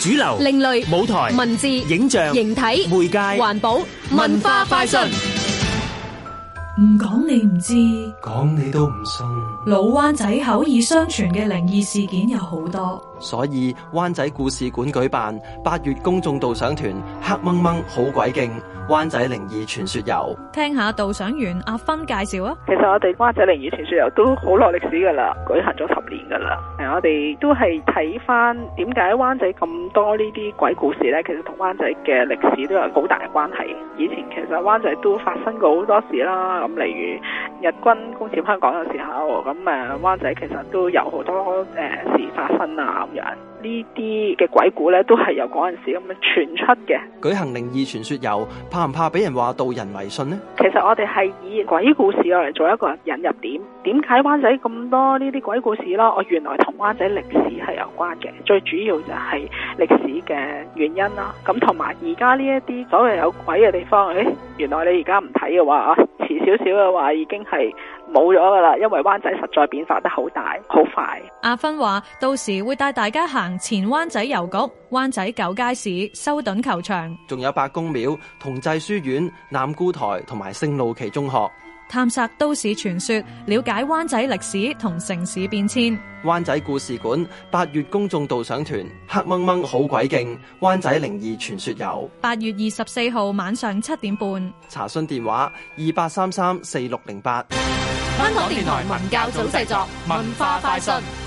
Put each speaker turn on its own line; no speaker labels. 主流、
另類
舞台、
文字、
影像、
形體、
媒介、
環保、文化快訊。
唔講你唔知，
講你都唔信，
老灣仔口耳相傳嘅靈異事件有好多。
所以灣仔故事館舉辦八月公眾導賞團《黑掹掹好鬼勁》灣仔靈異傳說遊。
聽下導賞員阿芬介紹啊！
其實我哋灣仔靈異傳說遊都好耐歷史㗎啦，舉行咗十年㗎啦。誒，我哋都係睇翻點解灣仔咁多呢啲鬼故事呢？其實同灣仔嘅歷史都有好大嘅關係。以前其實灣仔都發生過好多事啦，咁例如日軍攻佔香港嘅時候，咁誒灣仔其實都有好多誒、呃事發生啊咁樣。呢啲嘅鬼故呢，都係由嗰陣時咁樣傳出嘅。
舉行靈異傳說遊，怕唔怕俾人話導人迷信呢？
其實我哋係以鬼故事嚟做一個引入點。點解灣仔咁多呢啲鬼故事啦？我原來同灣仔歷史係有關嘅，最主要就係歷史嘅原因啦。咁同埋而家呢一啲所謂有鬼嘅地方，誒，原來你而家唔睇嘅話啊，遲少少嘅話已經係冇咗噶啦，因為灣仔實在變化得好大，好快。
阿芬話：到時會帶大家行前灣仔郵局、灣仔舊街市、修頓球場，
仲有白公廟、同濟書院、南固台同埋聖路奇中學。
探索都市傳說，了解灣仔歷史同城市變遷。
灣仔故事館八月公眾導賞團《黑掹掹好鬼勁》灣仔靈異傳說遊，
八月二十四號晚上七點半。
查詢電話二八三三四六零八。
香港電台文教組製作，文化快訊。